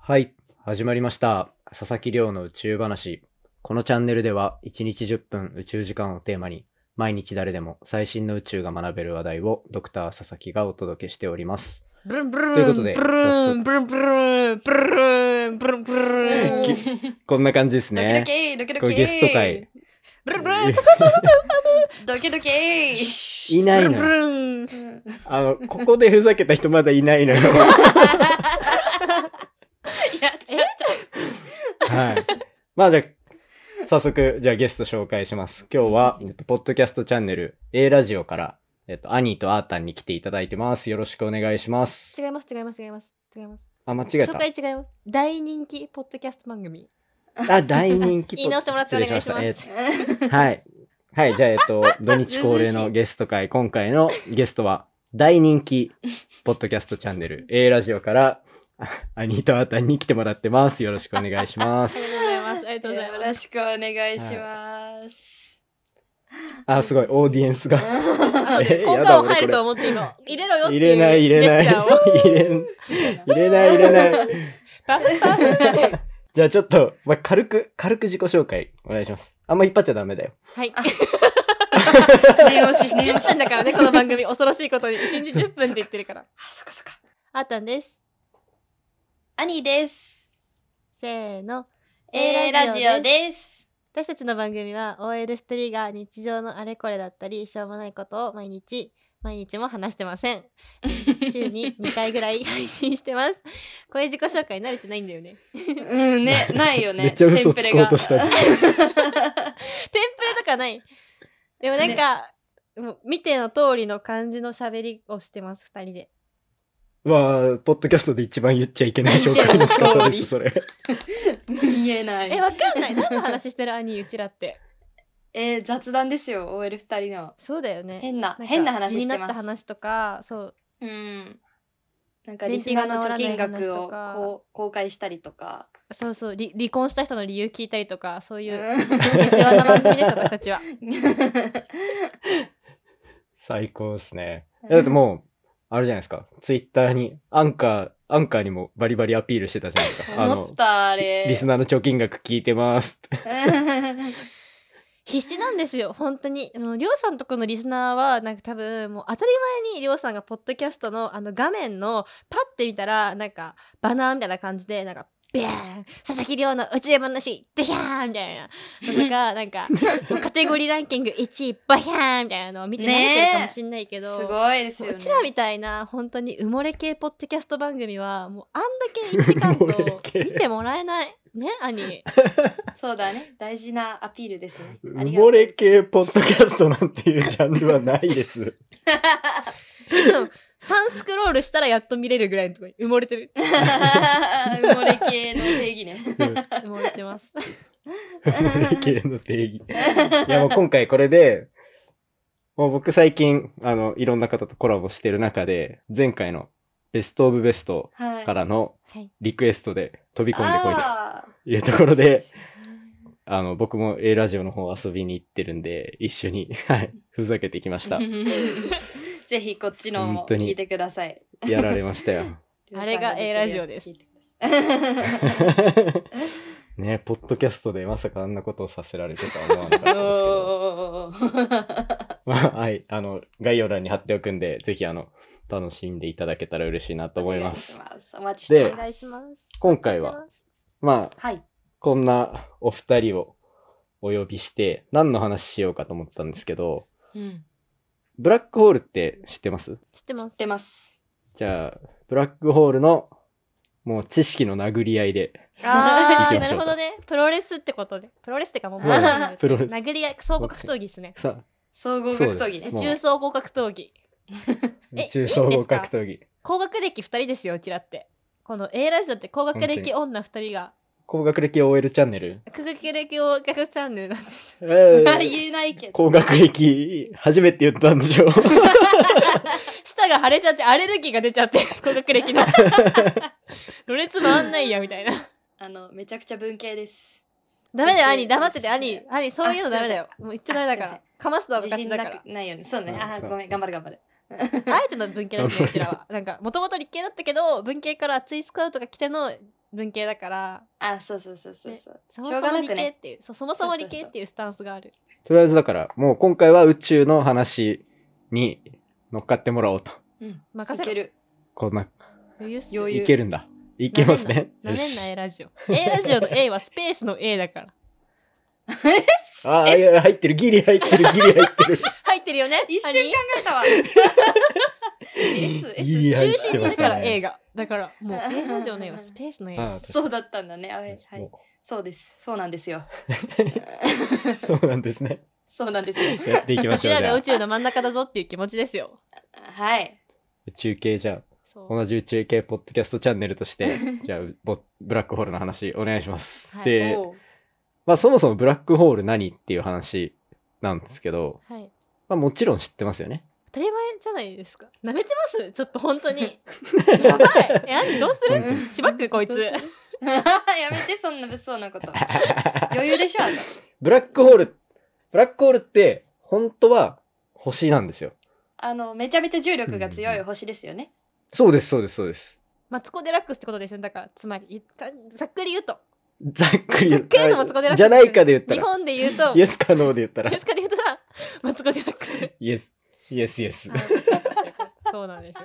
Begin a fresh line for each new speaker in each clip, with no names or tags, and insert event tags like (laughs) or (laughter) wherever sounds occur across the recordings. はい、始まりました。佐々木亮の宇宙話。このチャンネルでは、1日10分宇宙時間をテーマに、毎日誰でも最新の宇宙が学べる話題を、ドクター佐々木がお届けしております。
ブルンブルン
ということで
ブルンブルンブルンブルンブルンブ
う
ルン
ん
きこんな感じです
ドキド
ね。
キドキド
これ
キ
ゲスト会。
ブルンブルン
ドキド
(laughs)
キ
いないの
ブルンブルン
あの、ここでふざけた人まだいない
(laughs)
のよ。
やっちゃっ
はい。まあじゃあ、早速、じゃあゲスト紹介します。今日は、えっと、ポッドキャストチャンネル A ラジオから、えっと、アニーとアータンに来ていただいてます。よろしくお願いします。
違います違います違います違います
あ、間違え
紹
た。
介違います大人気ポッドキャスト番組
あ、大人気ポッ
(laughs) 言い直してもらってお願いしま
失
す
礼したましたはい。はい、じゃあ、えっ
(laughs)
と、土日恒例のゲスト会、今回のゲストは、大人気ポッドキャストチャンネ
(laughs)
ル A ラジオから、あアニーとアータンに来てもらってます。よろしくお願いします。
りがとうござい (laughs) ますありがとうございます
よろしくお願いします
あ、すごい、オーディエンスが。
あと
え
で
や
効
だ
果を入ると思って今入れろよって
入
い
れ
う
ない、入れない。
ジェスチャーを
入れん入れない、入れない。
パフパフ
じゃあちょっと、まあ、軽く、軽く自己紹介お願いします。あんま引っ張っちゃダメだよ。
はい
念押し念押し
10分だからねこの
(laughs)
番組恐ろしいことに1日10分って言ってるから
あそっかそっか
あったんです
アニーです
せーの
A ラジオです
私たちの番組は OL 一人が日常のあれこれだったりしょうもないことを毎日毎日も話してませ
(laughs)
ん週に2回ぐらい配信してますこれ自己紹介慣れてないんだよね
うんねないよね
めっちゃ嘘つ
テンプ
こ
レ
う
が
とした。
テンプレとかないでもなんか、もう見ての通りの感じの喋りをしてます2人で
まあ、ポッドキャストで一番言っちゃいけない紹介の仕方
(laughs)
です、それ。
見えない
えわかんない何の話してる兄うちらって
えー雑談ですよ OL 二人の
そうだよね
変なん
か
変な話
気
し
に
て
なっ
ま
た
す
話とかそう
うんなんかリスナーの貯金額
便秘が治
を
らない話とか
こう公開したりとか
そうそうり離婚した人の理由聞いたりとかそういう
う
世話な番組です私たちは
ん
最高ですね。だってもう、あれじゃないですか。ツイッターに、アンカー、アンカーにもバリバリアピールしてたじゃないですか。あ
思
の
っ、たあれ
リスナーの貯金額聞いてます。
必死なんですよ本当にもうりょうさんとこのリスナーはなんか多分もう当たり前にりょうさんがポッドキャストのあの画面のパッて見たらなんかバナーみたいな感じでなんかビャーン佐々木亮の宇宙話ドヒャーンみたいなの
(laughs)
とかなんかもうカテゴリーランキング1位バヒャーンみたいなのを見て慣れてるかもしんないけど、
すごいですよ、
もう
ね、
うちらみたいな本当に埋もれ系ポッドキャスト番組はもうあんだけ言ってかん
埋もれ
と
系
見てもらえないね兄
そうだね大事なアピールですねあ
埋
りがと
も
う
れ系ポッドキャストなんていうジャンルはない
(laughs)
です。
いつも3スクロールしたらやっと見れるぐらいのところに埋もれてる
埋もれ系の定義ね
うん
(laughs) 埋もれてます
埋もれ系の定義。いやもう今回これで、もう僕最近、あの、いろんな方とコラボしてる中で、前回のベストオブベスト
はい
からの
はい
リクエストで飛び込んでこいと
あ
いうところ
(laughs)
で、あの、僕も A ラジオの方遊びに行ってるんで、一緒に、 (laughs) はい、ふざけてきました。
ーぜひこっちの
本
も
当に
聞いてください
やられました
(laughs)
よ。
あれが A ラジオです
聞いてください
ねポッドキャストでまさかあんなことをさせられてたは思わなかったですけ
(laughs)
ど。
おー
(laughs) まあ、はい、あの、概要欄に貼っておくんで、ぜひあの、楽しんでいただけたら嬉しいなと思います
お。願いしますお待ちして
で
ます
お願いします
今回はまあ、
はい
こんなお二人をお呼びして、何の話しようかと思ってたんですけど、
うん
ブラックホールって知ってます
知ってま
知っ
す
てます
じゃあ、ブラックホールの、もう知識の殴り合いで、行
ああ
きま
な
しょう
るほどねプロレスってことでプロレスってかもうボクシングです
プ
ね
ロレス
殴り合い総合格闘技ですね
さ、
総合格闘技
そう
ね
で
宇
す
宙総合格闘技え
宇宙総合格闘技。
高学歴2人ですようちらってこの A ラジオって高学歴女2人が
高学歴 OL チャンネル。
高学歴を学チャンネルなんです
えー
言え (laughs) ないけど
高学歴、初めて言ったんでし (laughs) ょ
舌が腫れちゃってアレルギーが出ちゃって高学
(laughs)
歴のろれつ回んないやみたいな
あのめちゃくちゃ文系です
ダメだよ、
私
兄。黙ってて、
私
兄。兄、そういうのダメだよ。もう言っちゃダメだか
あすい
ら
ま。
かますのが
自
勝ち
信
だか
な
ら。
くないよねそうね
うん
あーごめん頑張る頑張る
あえての文系だし
頑張れ
(laughs)
ね、うちらは。なんか、もともと理系だったけど、文系から熱いスカウトが来ての文系だから
あ、そうそうそうそうそう。
そ
しょ
も
う
そ
が
も
な
理
く
系
ね。
っていうそうそもそも
そうそ
理
うそう
系っていうスタンスがある
とりあえずだから、もう今回は宇宙の話に乗っかってもらおうと。
うん。い
任せ
け
る
る。
こんな、
余裕っす
余裕
いけるんだ。いけますね。
な
よ
めん
し
な A ラジオ A ラジオの A はスペースの A だから
ああ、いや、入ってる、ギリ入ってる、ギリ入ってる。
入ってるよね
一瞬考
ハニー
え
(laughs)
たわ。S、
いい
S。
や入
中
ってますね
心にだから映画だから
(laughs)
もう
あ
A ラジオの A はスペースの A
あ
そうだったんだね。あはい。はい
も
そうです。そうなんです
(laughs)
よ。
うそうなんですね。
そうなんですよ。
やっていきま
う
し
ち (laughs)
ょう。
ら
じゃ
が
あ
宇宙の真ん中だぞっていう気持ちですよ
はい。
宇宙系じゃあ、
そう
同じ宇宙系ポッドキャストチャンネルと (laughs) して、じゃあ、ぼブラックホールの話お願いします。
はい
で、
おう (laughs)
まあそもそもブラックホール何っていう話なんですけど、
はい
まあもちろん知ってますよね。
当たり前じゃないですかなめてますちょっと本当
(laughs)
にやばいえ何どうす
本当
るしばっくこいつ
やめて、そんな物騒なこと。余裕でしょ、あんた
(laughs) ブラックホール、ブラックホールって本当は星なんですよ。
あの、めちゃめちゃ重力が強い星ですよね。
そうです、そうです、そうです。
マツコ・デラックスってことですよねだからつまりいかざっくり言うと
ざっくり言
ざっくりとマツコデラックス
じゃないかで言った
日
ら、
本で言うと
イエ
イ
スかノーで言 (laughs) ったら
エ、スカで言うたらマツコ・デラッ
(laughs)
クス
イエス、イエス、イエス。
そうなんですよ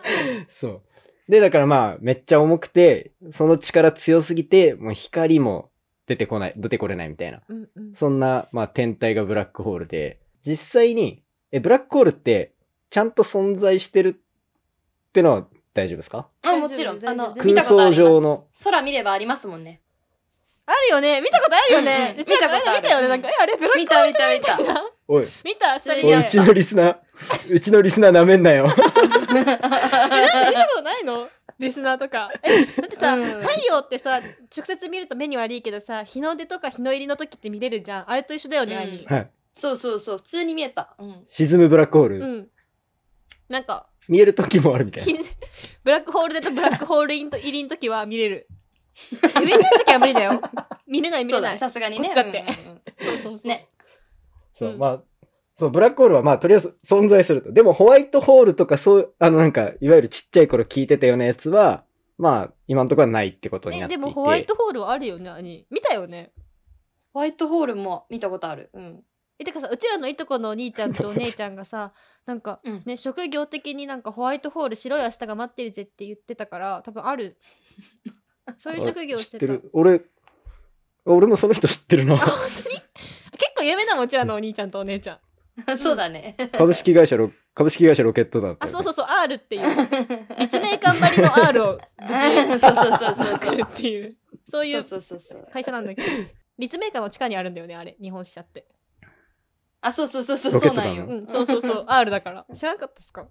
そう。で、だからまあ、めっちゃ重くて、その力強すぎて、もう光も出てこない、出てこれないみたいな。
うんうん
そんな、まあ、天体がブラックホールで、実際に、え、ブラックホールって、ちゃんと存在してるってのは大丈夫ですか
あ、もちろ
大
ん。
丈夫
あの、
大丈夫
見たことありま
空
す。
想上の
空見ればありますもんね。
あるよね見たことあるよね、
うんうん
うちら
見たことある
見たよねなんかえあれブラック
見た見た見た。
おい、
見た二人
お
で
い、うちのリスナー、うちのリスナーなめんなよ。
えなん (laughs) で見たことないのリスナーとかえだってさ、
うん
太陽ってさ直接見ると目に悪いけどさ日の出とか日の入りの時って見れるじゃんあれと一緒だよね、
うん
アニ
はい。
そうそうそう。普通に見えた。うん。
沈むブラックホール、
うんなんか
見える時もあるみたいな。
ひブラックホール出とブラックホールインと入りの時は見れる上にいる時は無理だよ見れない見
そ
れ
うだ
ない
ね。さすがにね。
こっちだって
うんうんうん
そうそうそう
ね
そう、
うん
まあ、そう、ブラックホールはまあ、とりあえず存在すると。でも、ホワイトホールとか、そう、あの、なんか、いわゆるちっちゃい頃聞いてたようなやつは、まあ、今のところはないってことにな
え
ってい
で
て。
もホワイトホールはあるよね兄見たよね
ホワイトホールも見たことある。うん。
えてかさうちらのいとこのお兄ちゃんとお姉ちゃんがさなんか
うん。
ね、職業的になんかホワイトホール白い明日が待ってるぜって言ってたから多分
(laughs)
あるそういう職業
あ
して
知ったて
結
る。俺、俺もその人知ってるな。
(laughs) 構有名なもんうちらのお兄ちゃんとお姉ちゃ
(laughs)
ん
そうだね。
(laughs) 株式会社ロ、株式会社ロケット団だ
あ
よね、
そうそうそう R っていう立命館張りの R をぶち
(laughs)
抜
そうそうそうそう
くっていうそうい
そう。
う
そうそうそうそう。
会社なんだけど立命館の地下にあるんだよねあれ日本支社って
あ、そうそうそうそう。
ロケッ
そう
ト
な
だ
ん
な
よ。
うんそうそうそう R だから知らなかったっすか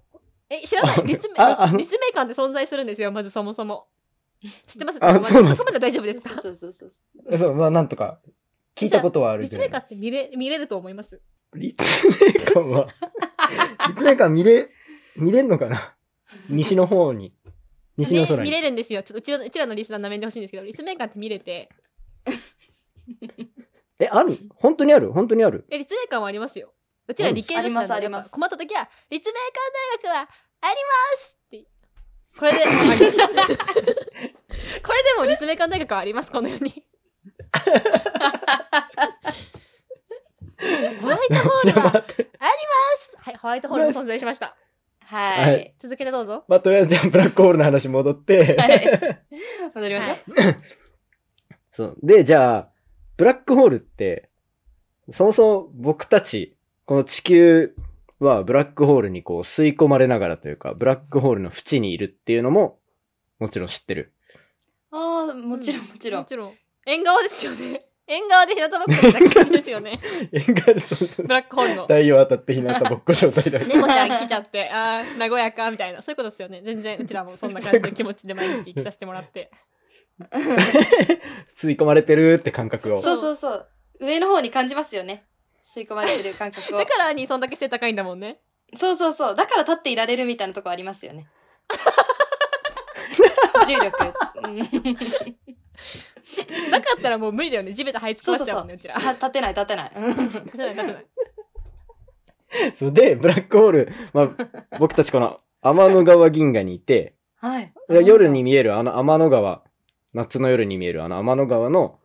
え知らない立命
ああの
立命館って存在するんですよまずそも
(laughs)
そも知ってます
あ
まず
そうなんです
そこまで大丈
(laughs)
夫ですか
そうそうそうそう。
えそうまあ、なんとか、聞いたことはあるけ
立
ど
命。館って見れ見れると思います
立命館
(laughs)
は、立命館見れ、見れんのかな西の方に。西の空
ね
に。
見れるんですよちょっとうちらうちらのリスナーなめんでほしいんですけど立命館って見れて
え、ある本当にある本当にある
え立命館はありますようちら理系のな
あ
んで
りますあります
やっぱ困った時は立命館大学はありますってこれでもうあります
(laughs)
これでも立命館大学はありますこのようにホワイトホールはありますはいホワイトホールも存在しました
は
はい
い。
続けてどうぞ
まあ、とりあえずじゃあ、ブラックホールの話戻って。
はい戻りましょう。
(laughs) そう。で、じゃあ、ブラックホールって、そもそも僕たち、この地球はブラックホールにこう吸い込まれながらというか、ブラックホールの縁にいるっていうのも、もちろん知ってる。
ああ、もちろんもちろ
も
ん。
ちろん縁側ですよね縁側で日向ぼっこした感じですよね
縁側でそうそう
ブラックホールの
太陽当たって日向ぼっこ状 (laughs) 態だ。
猫ちゃん来ちゃってあー和やかみたいなそういうことですよね全然うちらもそんな感じの気持ちで毎日来させてもらって
吸い込まれてるって感覚を。
そうそうそう。上の方に感じますよね。吸い込まれてる感覚を
(laughs) だ。からにそんだけ背高いんだもんね
そうそうそう。だから立っていられるみたいなとこありますよ (laughs) ね。重力。うん
なかったらもう無理だよね地べた這いつくばっちゃうもんねうちら
た立てない立てない。うん
立てない立てない
そうで、ブラックホール、まあ、僕たちこの天の川銀河にいて、
はい。
夜に見えるあの天の川夏の夜に見えるあの天の川の、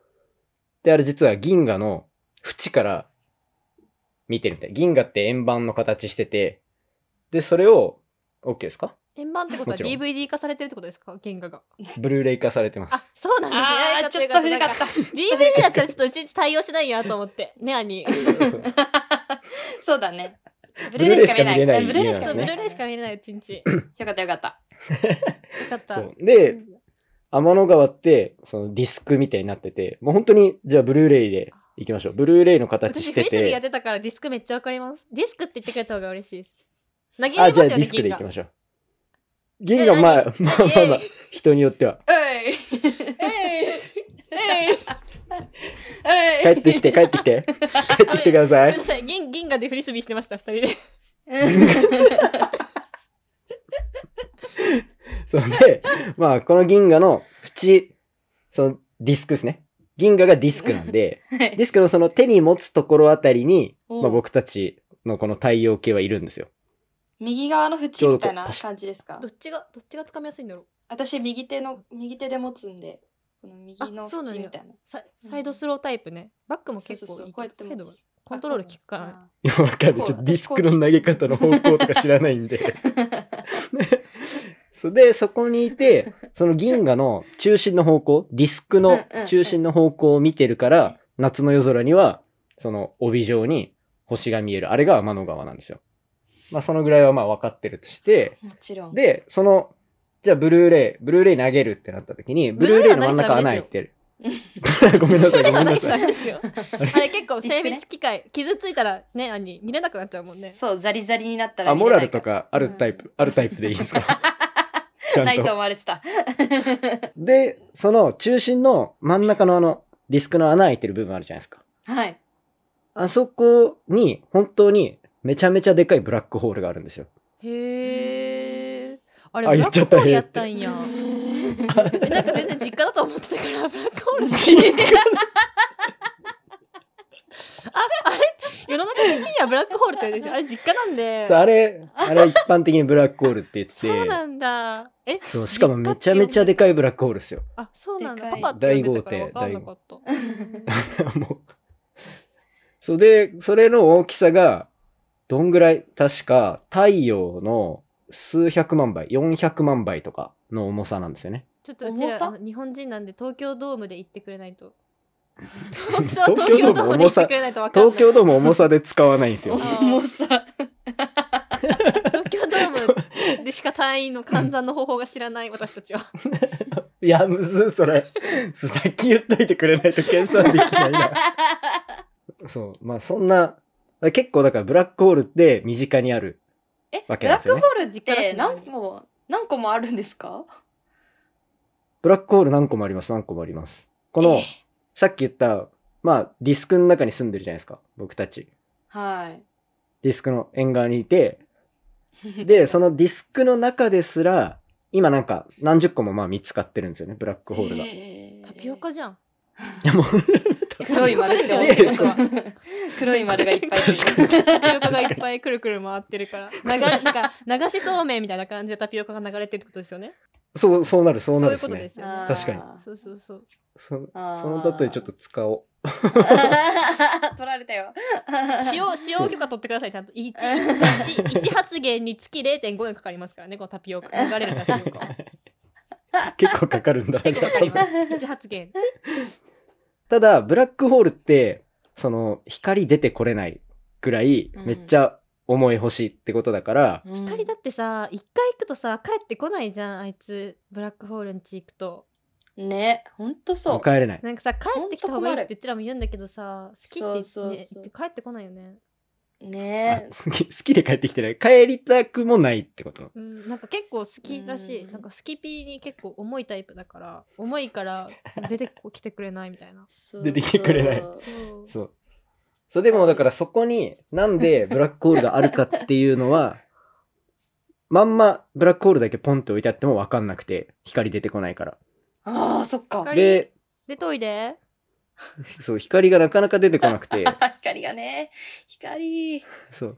で、あれ実は銀河の縁から見てるみたい。銀河って円盤の形してて、で、それを、OK です
(laughs)
か
(laughs) 円盤ってことは
もちろん
DVD 化されてるってことですか原画が。
ブルーレイ化されてます
あ。、そうなんですね。
あ
よか
あ、
った
ちょっ
よ
と
かっ
古か
たな
っ
んか
た。
DVD だったらちょっとうちいち対応してないなと思って。 (laughs) ね、兄。ち
(laughs) そうだね。
ブ
ブ
ル
ルー
ーレ
レイ
イ
し
し
か
か
見
見れ
れな。
ないい
ブルーレイし
ょっ
か
と
見れ
ブ
な
ルーレ
い
イし。か見れない、うちんち。
よかったよかった。
よかった。
そう。で、天の川って、そのディスクみたいになってて、もう本当に、じゃあブルーレイで行きましょう。ブルーレイの形
私
し
フ
て、
リスビーやっててたからディスクめっちゃわかります。ディスクって言ってくれた方が嬉しいです。投げれ
あ、
ます
じゃ
よ
あディ
ね、
スク
銀
で行
が
き。ましょう。銀河、
え
まあ、
何
まあまあまあ
何、
人によっては。
えい
えいえ
え
い
帰って
(laughs)
きて、帰ってきて。帰ってきてくだ
ご
さ
めん
い
な。さい、銀銀河でフリスビーしてました、二人で。
それで、まあ、この銀河の縁、そのディスクですね。銀河がディスクなんで、
はい
ディスクのその手に持つところあたりに、
おう
まあ僕たちのこの太陽系はいるんですよ。
右側の縁みたいな感じですか
(laughs) どっちが、どっちが掴みやすいんだろう。
私右手の右手で持つんでこの右の
あそうなん
縁
や
みたいな
ササイドスロータイプね。バックも
そうそ
結
うそ
構
う
いい
こうや
け
っ
ど
て持
けど
つ
コントロール効くから
あ
いやわかんない。ちょっとディスクの投げ方の方向とか知らないん (laughs) で。それで、そこにいて、その銀河の中心の方向、ディスク
うん
の
うんうん
中心の方向を見てるから、夏の夜空には、その帯状に星が見える。あれが天の川なんですよ。まあ、そのぐらいはまあ分かってるとして、
もちろん
で、その、じゃあブルーレイ、ブルーレイ投げるってなった時に、ブルーレイの真ん中穴開いてる。 (laughs) ごめんなさい、ごめんなさい。
ですよ。あれ (laughs) 結構精密機械、傷ついたらね、兄、見れなくなっちゃうもんね。
そうザリザリになったら
あ、
見れ
モ
な
ラ
い
ルと
ら
かあるタイプ、あるタイプでいいです
(laughs)
かちゃ
ない
ん
と
と。
思われてた
で、その中心の真ん中のあの、ディスクの穴開いてる部分あるじゃないですか。
はい
あそこに、本当に、めちゃめちゃでかいブラックホールがあるんです
(laughs)
よ。
へー。あれ、
あ
ブ
言
ラ
っち
ッ
ゃっ
ク
た
ホールやったん
い
や
や。
えなんか全然実家だと思ってた (laughs) から、ブラックホールって世の中的にはブラックホールって言 (laughs) うんですよあれ実家なんで。
そうあれ、あれ一般的にブラックホールって言って
そうな
て、
んだ。え、
そう、しかもめちゃめちゃでかいブラックホールですよ。
あ、そうなんだ。
でか
パ
い
パって呼んでたから分かんなかっ
(laughs)
た。
もう。それで、それの大きさが、どんぐらい、確か、太陽の数百万倍、400万倍とかの重さなんですよね。
ちょっとうち
重
ら
さ
あの日本人なんで東京ドームで行ってくれないと。大きさは
東
東京
京ド
ド
ーム
ーム
重
で行っ
さ
てくれないと分かんない。
東京ドーム重さで使わないんですよ。
重さ
東京ドームでしか単位の換算の方法が知らない私たちは。
(laughs) いや、むず (laughs) い、それ。さっき言っといてくれないと計算できない (laughs) な。そう。まあ、そんな、結構だからブラックホールって身近にある
(laughs) え
わけ
ブ
なんで
ラッ
すよ
ク
ね
ホールって何個も何個もあるんですか
ブラックホール何個もあります、何個もあります。この
え、
さっき言った、まあ、ディスクの中に住んでるじゃないですか、僕たち。
はい
ディスクの縁側にいて、
(laughs)
で、そのディスクの中ですら、今なんか何十個もまあ見つかってるんですよね、ブラックホールが。い
えー
タピオカじゃん。
やもう、
黒い丸ですよね
タピオカ
(laughs) 黒い丸がいっぱい
タピオカがいっぱいくるくる回ってるから。流しなんか流しそうめんみたいな感じでタピオカが流れてるってことですよね。
そう、そうなる、そう
そ
な
う
るで
いう
す
こと
ね
で。すよね。
確かに
あー
そうそうそう。
そそ
あー
の例えち
(laughs)
ょっと使おう。
取られたよ。
使用使用許可取ってくださいちゃんと (laughs) 一一一発言につき0.5円かかりますからねこのタピオカ流れるタピオカは
結構かかるんだな、
結構かかり
じゃあ
ます一発言
ただ、ブラックホールって、その、光出てこれないぐらい、
うん
めっちゃ重い星ってことだから、
光だってさ一回行くとさ帰ってこないじゃんあいつブラックホールに行くと
ね、ほんとそ
もう
う。
帰れない。
なんかさ帰ってきた方がい
ほんと困
い
る
ってうちらも言うんだけどさ好きって言って,、ね、
そうそうそう
言って帰ってこないよね
あ
ね
好き好きで帰ってきてない。帰りたくもないってこと。
うん、なんか結構好きらしい、
うん
なんか好きピーに結構重いタイプだから重いから出てこ来てくれないみたいな
そう
出てきてくれない
そう
そう
そう。そう、でもだからそこに、なん
(laughs)
でブラックホールがあるかっていうのは、まんまブラックホールだけポンって置いてあってもわかんなくて、光出てこないから。
ああ、そっか。
光
で、
出といで
そう、光がなかなか出てこなく
(laughs)
て、
光がね、光、
そう。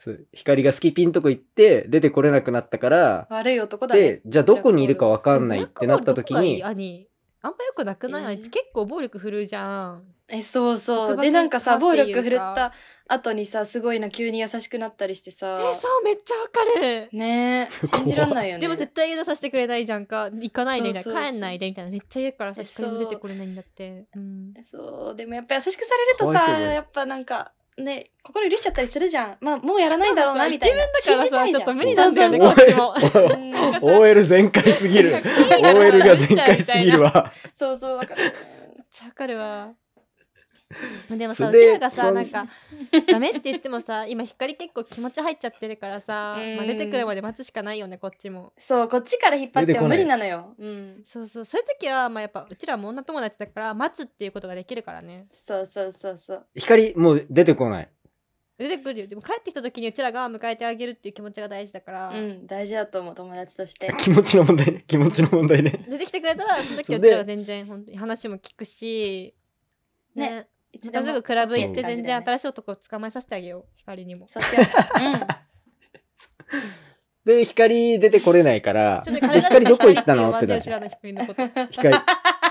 そう光がスキピンとこ行って、出てこれなくなったから、
悪い男だね
で。、じゃあどこにいるかわかんないってなった時
ブラックホールどこがい
に
い、兄あんまよくなくない、
えー
あいつ結構暴力振るうじゃん。
え、そうそ
職
う。
場
で、なんかさ、
喧嘩っ
暴
ていうか
力振るった後にさ、すごいな、急に優しくなったりして
え
さ。
ーそうめっちゃわかる、
ねえ、
(laughs) 怖い
信じらんないよね。
でも絶対家出させてくれないじゃんか行かないでみたい
そうそうそ
な
う
帰んないでみたいなめっちゃ家からさ
え
一人も出てこれないんだって、うん、
そう、でもやっぱ優しくされると
かわ
さ、
いそうだよ
やっぱなんか、ね、心許しちゃったりするじゃん。まあ、もうやらないだろうな、みたいな。
イケメンだからさちょっと無理なんだよね
そう
こ
そう
っ
そう
ち
(laughs)
も。
おい
(laughs)
OL 全開すぎる。OL が全開すぎるわ。
そうそう、わかる。
めっちゃわかるわ。まあでもさ、
そうれ
ち
で
らが
そ
さ、
ん
なん
(laughs)
か、ダメって言ってもさ、今、光結構気持ち入っちゃってるからさ、
うん
まあ、出てくるまで待つしかないよね、こっちも。
そう、こっちから引っ張っ
出
て
て
も
こな
無
い
理なのよ。うん。
そうそう、そういう時は、まあやっぱ、うちらも女友達だから、待つっていうことができるからね。
そうそうそうそう。
光、もう出てこない。
出てくるよ。でも帰ってきた時にうちらが迎えてあげるっていう気持ちが大事だから、
うん、大事だと思う、友達として。
気持ちの問題ね。気持ちの問題ね。
出てきてくれたら、その時は
そうれで
ちらが全然、本当に話も聞くし、
ね
ね。
いつ
ま
で
た
も
すぐクラブ行っ
って
て
いう感
全然新しい男を捕まえさせてあげよう、光にも。
そうしよう。うん。
で、光出てこれないから
ちょっ、と
で
彼ら
(laughs) 光どこ行った
光
の
呼
っ
ん
て
で
な
う
っ
ち
ち
ら
ゃう
の光のこと。
光、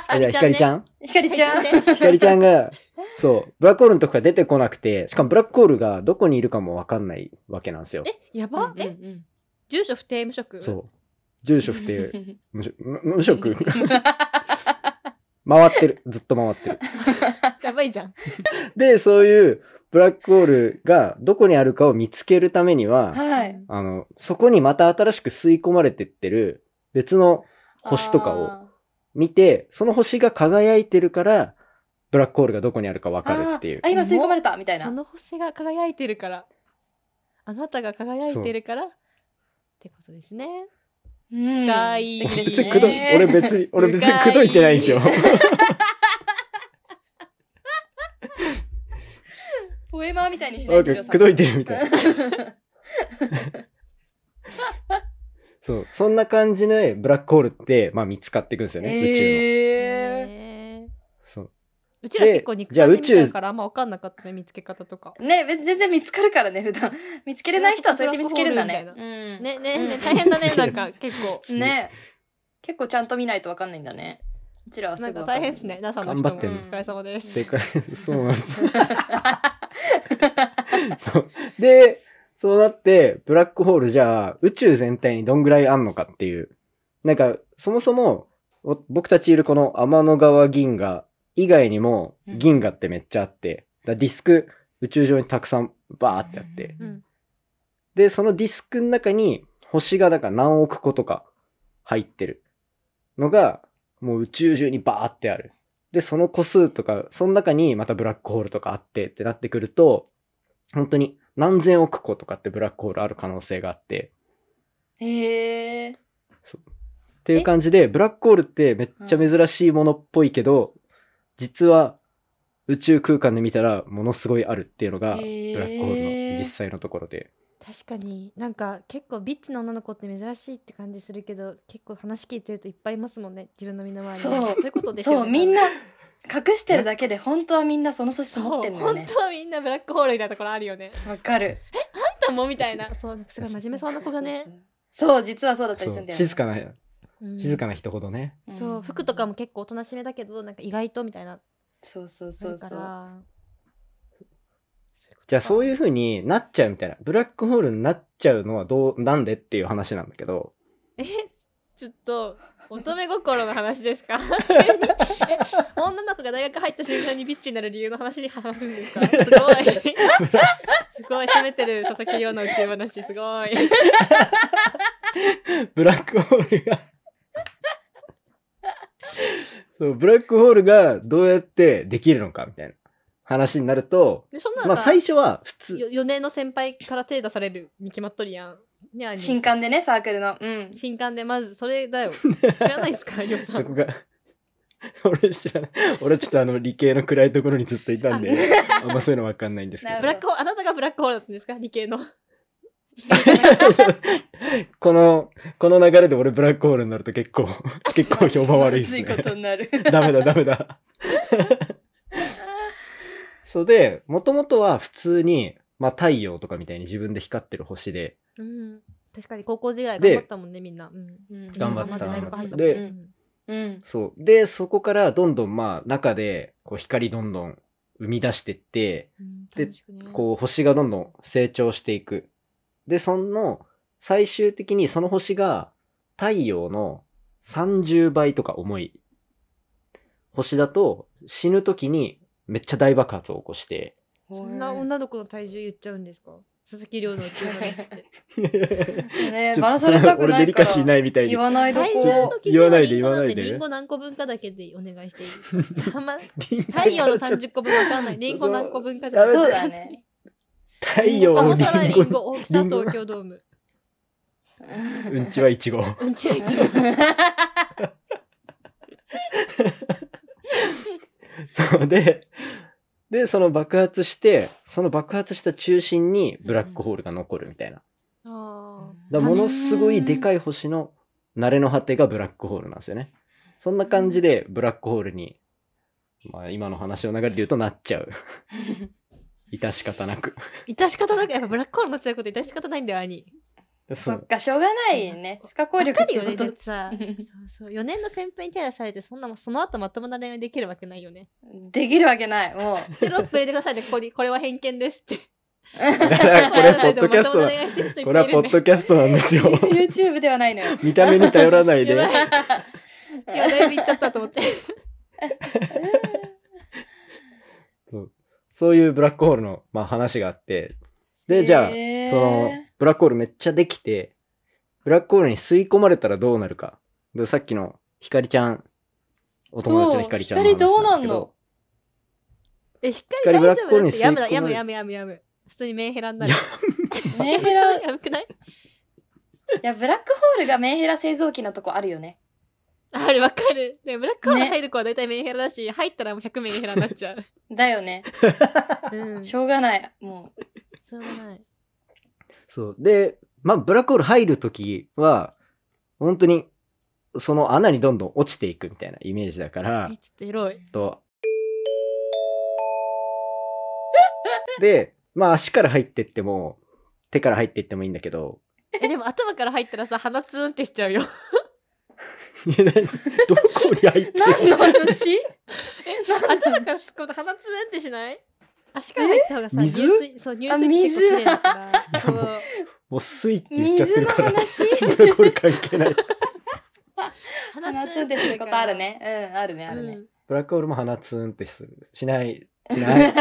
あ (laughs) じゃあ
光
光
ち
ち
ゃ
ゃん
ひかりち
(laughs)
ゃん。
光ちゃんね
光ちゃんが、そう、ブラックホールのとこから出てこなくて、しかもブラックホールがどこにいるかもわかんないわけなんですよ。
え、やば、え、
うん
住所不定無職。
そうう。住所不定、 (laughs) 無職、無無職 (laughs) 回ってる。ずっと回ってる。
やばいじゃん。
で、そういうブラックホールがどこにあるかを見つけるためには、
はい。
あの、そこにまた新しく吸い込まれてってる別の星とかを
あ
見て、その星が輝いてるから、ブラックホールがどこにあるかわ
ー。
かるっていう
あーあ、。今吸い込まれたみたい
そ
な。
の星が輝いてるから。あなたが輝いてるから。ってことですね。
うん
深い
素敵で
別に
すね
くどい、俺別に、俺別にくどいてないんですよ。
(laughs) ポエマーみたいにしな
ないん
で
か
ください
くどいてるみ
(laughs)
たいな。そう。そんな感じで、ブラックホールって、まあ見つかっていくんですよね、宇宙の。
え
へー
そう。
うちら結構肉
じゃあ
体見ちゃ
宇
う
宙
からあんま分かんなかったね見つけ方とか
ー。ね、べ全然見つかるからね、普段。見つけれない人はそうやって見つけるんだね
ブラッ。
うん。
ねねね大変だねなんか結
(laughs)
構
ね。結構ちゃんと見ないとわかんないんだね。うちらは
な
す
ん
ぐ
か
わか
大
る
変ですね NASA の人も
頑張
お
ってん
の
疲れ様で
正
す
解、そうなんです。 (laughs) そう。で、そうなって、ブラックホールじゃあ、宇宙全体にどんぐらいあんのかっていう。なんか、そもそも、お僕たちいるこの天の川銀河以外にも、
うん
銀河ってめっちゃあって、だからディスク、宇宙上にたくさんバーってあって、
うん
で、そのディスクの中に星がだから何億個とか入ってるのが、もう宇宙中にバーってある。で、その個数とか、その中にまたブラックホールとかあってってなってくると、本当に何千億個とかってブラックホールある可能性があって、
へえ。
っていう感じで、ブラックホールってめっちゃ珍しいものっぽいけど、実は宇宙空間で見たらものすごいあるっていうのが、
へ
ブラ
ー
ックホールの実際のところで。
確かになんか結構ビッチな女の子って珍しいって感じするけど結構話聞いてるといっぱいいますもんね自分の身の回りに
そう
そういうことですよね
そう、みんな隠してるだけで、本当はみんなその素質持ってんだよね
そう本。当はみんなブラックホールみたいなところある
(laughs)
よね。
わかる。
あんたもみたいな。そう、なんかすごい真面目そうな子がね。。
そう、実はそうだったり
そ
するん
う
だよね。
静かな、静かな人ほどね。
う
うんん。
そう、服とかも結構おとなしめだけど、なんか意外とみたいな。
そうそう
そ
そうう
か
そ
ら
う。。
じゃあそう
いう
いう風になっちゃうみたいな。ブラックホールになっちゃうのはどう、なんでっていう話なんだけど。
ことか。え、ちょっと、乙女心の話です (laughs) か急に。え、女の子が大学入った瞬間にビッチになる理由の話に話すんですかすごい。すごい、攻めてる佐々木亮の宇宙話、すご (laughs) い。
ブラックホールが (laughs) そう。ブラックホールがどうやってできるのかみたいな話になると、
でそんな
ま
の
あ
さ、
最初は普通。
よ4年の先輩から手出されるに決まっとるやん。にゃーに
新刊でね、サークルの。うん。
新刊でまずそれ (laughs) だよ。知らないですか、りょうさ
そこ
ん。
が。 (laughs) 俺知らない。俺ちょっとあの理系の暗いところにずっといたんで、あんまそういうのわかんないんですけ
な
ど
ブ。ラックホール、あなたがブラックホールだったんですか、理系の。
(laughs) この、この流れで俺ブラックホールになると
(laughs)
結構、結構評判悪いですね。
まずことになる。
(laughs) ダメだ、ダメだ。そうで、もともとは普通に、まあ太陽とかみたいに自分で光ってる星で、
うん。確かに高校時代
で
頑張ったもんね、みんな。うん
うん
頑張ってた
うん
頑張ってた
大学入ったもん
で
うん
うん。
そう。で、そこからどんどんまあ中でこう光どんどん生み出してって、
うん
で
楽しくね
こう星がどんどん成長していく。で、その最終的にその星が太陽の30倍とか重い星だと死ぬ時にめっちゃ大爆発を起こして、
そんな女の子の体重言っちゃうんですか佐々木亮の宇宙話 (laughs) って。
ね
ちょ
バラされたく
俺
な
デ
い
リ
か
カシー
ら。
ないみたいに (laughs)
言。わないど
体
こ
重
ろ。
の基準はリンゴ
言わ
な
なんいで言わない
で
で
リンゴ何個分かだけでお願い (laughs) していいあんま
リンゴ
太陽の30個分わかんないリンゴ何個分かじゃ
そう
そうだね。
太陽の
重
リ
さは
ン
リ
ゴ
ンゴ大きさ
リンゴ
東京ドーム
うんちはイチゴ。
うんちゃいちゃ
(laughs) で、で、その爆発して、その爆発した中心にブラックホールが残るみたいな。
あ
だからものすごいでか
い。
い星の慣れの果てがブラックホールなんですよね。そんな感じでブラックホールに、まあ今の話の流れで言うとなっちゃう。 (laughs) 致し方なく。
ー致し方なくやっぱブラックホールになっちゃうこと致し方ないんだよ兄
そっか、しょうがないね。不可抗
わ
力
か
っ
る
て
よ
こ
ねだっ
と
てさそうそう4年の先輩に手出されてそんなもんその後まともな恋愛できるわけないよね
できるわけない。もう。
テロップ入れてくださいねここにこれは偏見です (laughs) って
だから (laughs) これポッドキャスト
まともな
な
恋愛してる人いっ
これ
ぱい
はいポ
るん
ッ
で
ドキャストなん
(laughs)
ですよ。
YouTube ではないのよ。
見た目に頼らない
やばい
で。
い (laughs) やだいぶいっちゃったと思って
そういうブラックホールの、まあ、話があって。で、じゃあ、
へー
その、ブラックホールめっちゃできて、ブラックホールに吸い込まれたらどうなるか。でさっきのひかりちゃん、お友達のひかりちゃんの話
そう光どうな
だ
ん
けど
の
(laughs) え光
光ブラ
大
ック
丈
ホー
夫
ルに
だってやむだ
吸い込
や
まれ
む
る
やむやむやむ普通にメンヘラになる
メンヘラ、い
(laughs) やばくない (laughs)
や、ブラックホールがメンヘラ製造機のとこあるよね。
あれわかる。で、ブラックホール入る子は大体メンヘラだし、入ったらもう100メンヘラになっちゃう。
だよね。
(laughs) うん。
し
し
ょ
ょ
うがない。も
(laughs)
う。
うがない。
そう。で、まあ、ブラックホール入るときは、本当に、その穴にどんどん落ちていくみたいなイメージだから
え、、ちょっとエロい。
と。で、まあ、足から入ってっても、手から入ってってもいいんだけど、
え、でも頭から入ったらさ、鼻ツーンってしちゃうよ。
いや何どこに入ってる
何の
(laughs)
話
頭から突っ込むと鼻ツーンってしない足から入った方がさ、入
水
水、そう、入水って結構綺麗だから。
水
そう。
もう水って言っちゃって
水
る
の
から。
話
これ関係ない。
鼻つんですることある。ね。うん、あるね、
う
あるね。
ん。
(laughs) ブラックホールも鼻ツーンってする。し
(laughs)
ない。しない。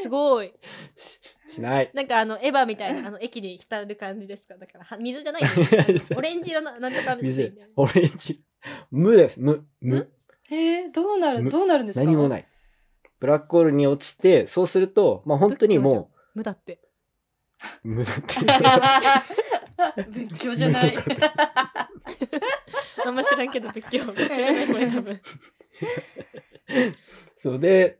すごい。
ししない。
なんかあの、エヴァみたい (laughs) な、あの、液に浸る感じですかだから、は (laughs) 水じゃないよ。オレンジ色の、なんとか
水
水。。
オレンジ。無です。無。無。
えー、どうなる
む
どうなるんですか
何も
(laughs) い。
ない。ブラックホールに落ちて、そうすると、まあ本当にも
無だって。
う、無だって。
(laughs) 仏教じゃ
(laughs)
ない。
あんま知らんけど、仏 (laughs) 教。仏教じゃない、これ多分。
そうで、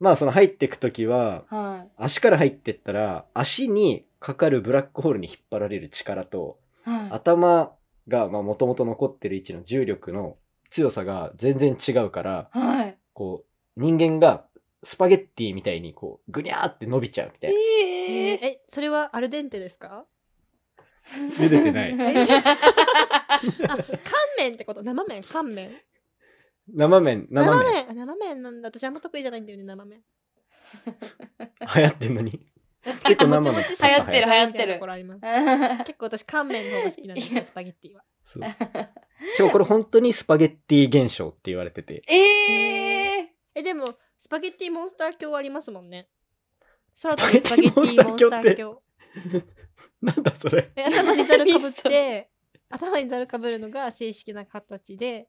まあその入ってくときは、
は
足から入ってったら、足にかかるブラックホールに引っ張られる力と、
い。は
頭が、まあもともと残ってる位置の重力の強さが全然違うから、
い。はい。
こう、人間がスパゲッティみたいにこう、ぐにゃーって伸びちゃうみたいな。
え
え、それはアルデンテですか
茹でてない
(laughs) えあ、乾麺ってこと生麺乾麺
生麺、生麺。
麺生麺なんだ。私あんま得意じゃないんだよね、生麺。
流行ってんのに。結構生麺
もちもち
パスタ
流行ってる
生麺みたいなところあります
ー。
結構私乾麺の方が好き (laughs) なんですよ、スパゲッティは。
そうしかもこれ本当にスパゲッティ現象って言われてて。
えー。
え、でも、スパゲッティモンスター教ありますもんね。空
パ
飛
ゲ
ぶ
ッ
ス
ティ
パゲッティモンスター教。
なんだそれ。
え頭にザルかぶって、頭にザルかぶるのが正式な形で。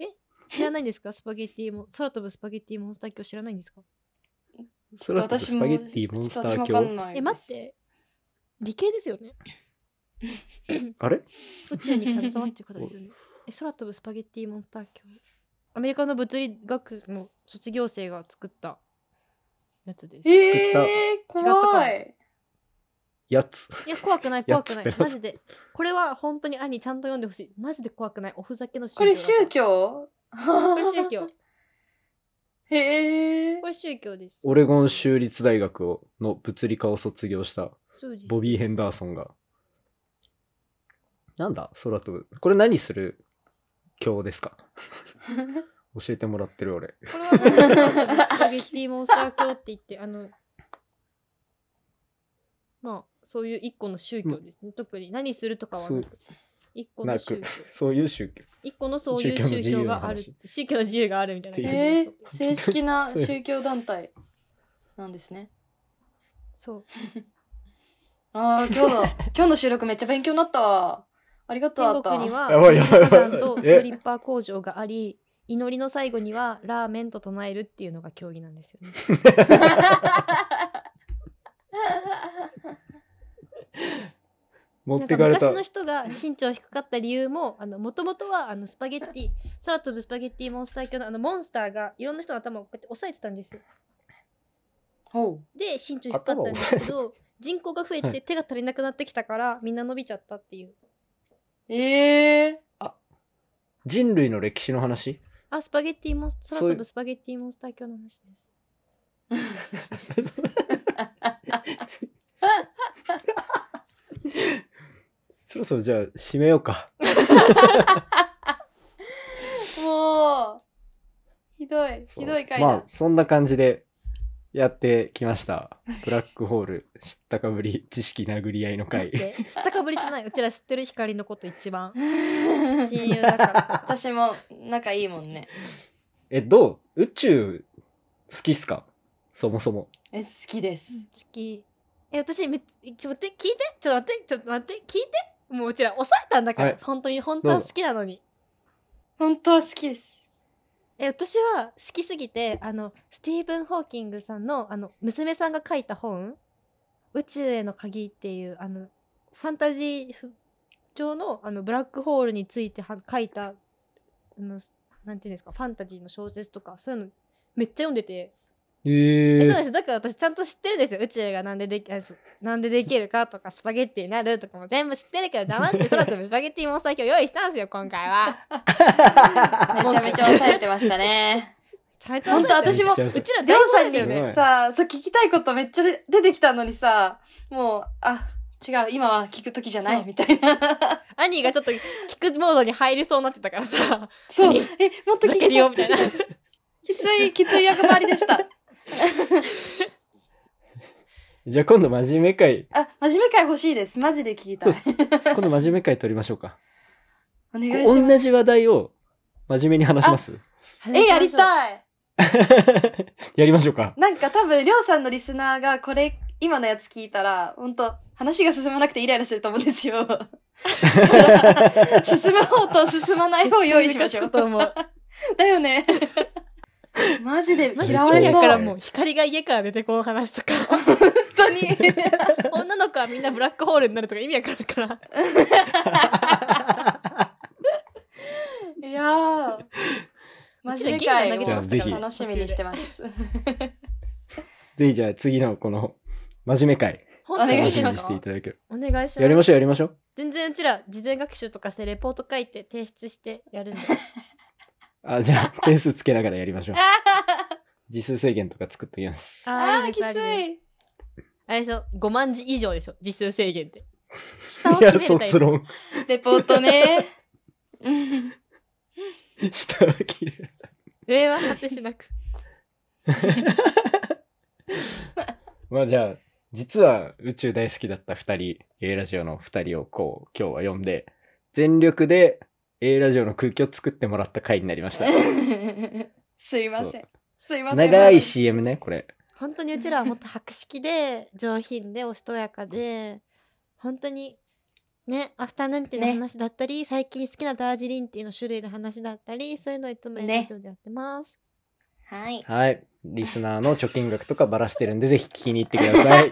え知らないんですかスパゲッティも、空飛ぶスパゲッティモンスター教知らないんですか
(laughs) それはスパゲッティモンスター教。
え、待っ。て。理系ですよね。
あれ
宇宙に携わってる方ですよね。え、空飛ぶスパゲッティモンスター教。アメリカの物理学の卒業生が作ったやつです。い
えー、怖い。
やつ。
や、怖くない、怖くな
やつ
い
っ。てな
マジで。これは本当に兄ちゃんと読んでほしい。マジで怖くない。おふざけの宗教。
これ宗教
こ
こ
れ宗教。
(laughs) へえ
こ。れ宗教です。
オレゴン州立大学をの物理科を卒業した
そうです。
ボビー・ヘンダーソンが。なんだ空飛ぶ。これ何する教です
(laughs)
か教えてもらってる俺。
これはモンスター教スパゲッティモンスター教って言って、あの、まあ、そういう一個の宗教ですね。特に何するとかは
そ
な
う
く、一個の
な
宗
く
教。、
そういう宗教。
一個のそういう宗教がある。宗教の自由があるみたいな感じ
え
で
ー、正式な宗教団体なんですね。
そう。
ああ、今日の、 (laughs) 今日の収録めっちゃ勉強になったわ。ありがとう、あ
天
った。
国には、
やばいやばいやばい
とストリッパー工場があり、祈りの最後にはラーメンと唱えるっていうのが競技なんですよね。
(laughs)
持っ
なんか
てかれた
昔の。人が身長低かった理由ももともとはあのスパゲッティ空飛ぶスパゲッティモンスター教のあのモンスターがいろんな人の頭をこうやって押さえてたんですよ
ほう。
で身長低かったんですけど人口が増えて手が足りなくなってきたからみんな伸びちゃったっていう
ええ
人類の歴史の話
あスパゲッティモンス空
そういう
飛ぶスパゲッティモンスター教の話です
そろそろじゃあ締めよう
(laughs)
か。
もう、ひどい、ひどい回だ。
まあ、そんな感じでやってきました。ブラックホール、知ったかぶり、知識殴り合いの
だっ
会。
て知ったかぶりじ
(laughs)
ゃないうちら知ってる光のこと一番親友だから
私も仲いいもんね。
(laughs) え、どう宇宙好きっすかそもそも。
(laughs) え、好きです。
好きえ私めっちょっと待って聞いてちょっと待ってちょっと待って聞いてもううちら抑えたんだから、
はい
本当に本当は好きなのに
本当は好きです。
え私は好きすぎてあのスティーブン・ホーキングさんのあの娘さんが書いた本「宇宙への鍵」っていうあのファンタジー上のあのブラックホールについては書いたあのなんていうんですかファンタジーの小説とかそういうのめっちゃ読んでて
え
えそうで
ー、
すだから私ちゃんと知ってるんですよ宇宙がなんでできあすなんでできるかとかスパゲッティになるとかも全部知ってるけど黙って空飛ぶスパゲッティモンスター今日用意したんですよ今回は
(laughs)
(laughs)
めちゃめちゃ抑えてましたね。 (laughs)
めちゃめちゃ
本当私も、
うちら
りょう
大好
さん
きだよね
は
に
い
さ、そう聞きたいことめっちゃで出てきたのにさ、もう、あ、違う、今は聞く時じゃない
そう
みたいな。
兄がちょっと聞くモードに入りそうになってたから
(laughs)
さ
そう、
何
え、もっと聞
ふざ
き
け
た
る
い
よみたいな
きつい、きつい役回りでした。
じゃあ今度真面目
(laughs)
会、
あ、真面目会欲しいです。マジで聞きたい。
今度真面目会取りましょうか。
お願いします。
同じ話題を真面目に話します
(laughs) え、やり
い
たい。
(laughs) やりましょうか。
なんか多分、りょうさんのリスナーがこれ、今のやつ聞いたら、ほんと、話が進まなくてイライラすると思うんです (laughs) よ。だから進む方と進まない方を用意しましょう。
と思う
だよね。マジで
マジで
嫌われ
家
そう。
から
本
もう光が家から出てこう
(laughs)
話とか
当に。
女の子はみんなブラックホールになるとか意味わからんか
(laughs)
ら
いやー。マジで会
うちらゲーム投げ
てましたから
楽しみにしてます。
ぜひじゃあ次のこの真面目会、
お
お願いしま
楽
す
みにしていただける。
お願いし
やり
ま
ますしょう、やりましょう。
全然うちら事前学習とかしてレポート書いて提出してやるんで
あ、じゃあ点数つけながらやりましょう。時数制限とか作っときます。
(laughs) あ
ー
ー、き
あ
つ
りです
い。
あれでしょ5万字以上でしょ字数制限って下を
い
決
や、
めるタイ
卒
プ
論。
レポートね。うん
下は切れる。
上は果てしなく
まあじゃあ、実は宇宙大好きだった二人、A ラジオの二人をこう、今日は呼んで、全力で A ラジオの空気を作ってもらった回になりました。
すいません。すいません。
長い CM ね、これ。
本当にうちらはもっと博識で上品でおしとやかで本当にねアフタヌーンティーの
ね
話だったり、最近好きなダージリンティーの種類の話だったりそういうのいつも
ね
以上でやってます、
はい。
はい。リスナーの貯金額とかばらしてるんで、ぜひ聞きに行ってくださ (laughs) い。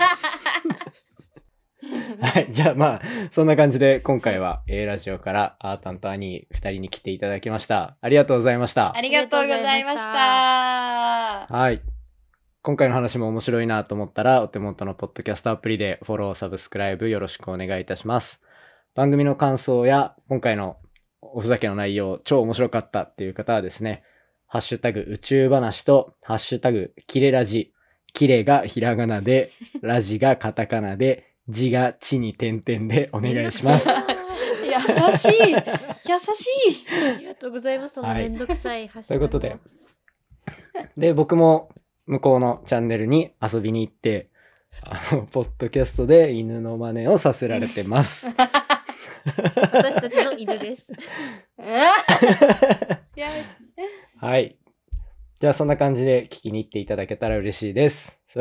はい。じゃあまあ、そんな感じで今回は A ラジオからあーたんとアニー二人に来ていただきました。ありがとうございました
(laughs) あ。りがとうございました。
はい。今回の話も面白いなと思ったら、お手元のポッドキャストアプリでフォロー、サブスクライブよろしくお願いいたします。番組の感想や、今回のおふざけの内容、超面白かったっていう方はですね、ハッシュタグ宇宙話と、ハッシュタグキレラジ、キレがひらがなで、ラジがカタカナで、字が地に点々でお願いします。
めんどくさい
い優しい優しい
ありがとうございます。そんな
はい
めんどくさい話。
そういうことで。で、僕も向こうのチャンネルに遊びに行って、あの、ポッドキャストで犬の真似をさせられてます。
私たちの犬です。
うん (laughs)
(laughs)
や
はい。じゃあそんな感じで聞きに行っていただけたら嬉しいです。そ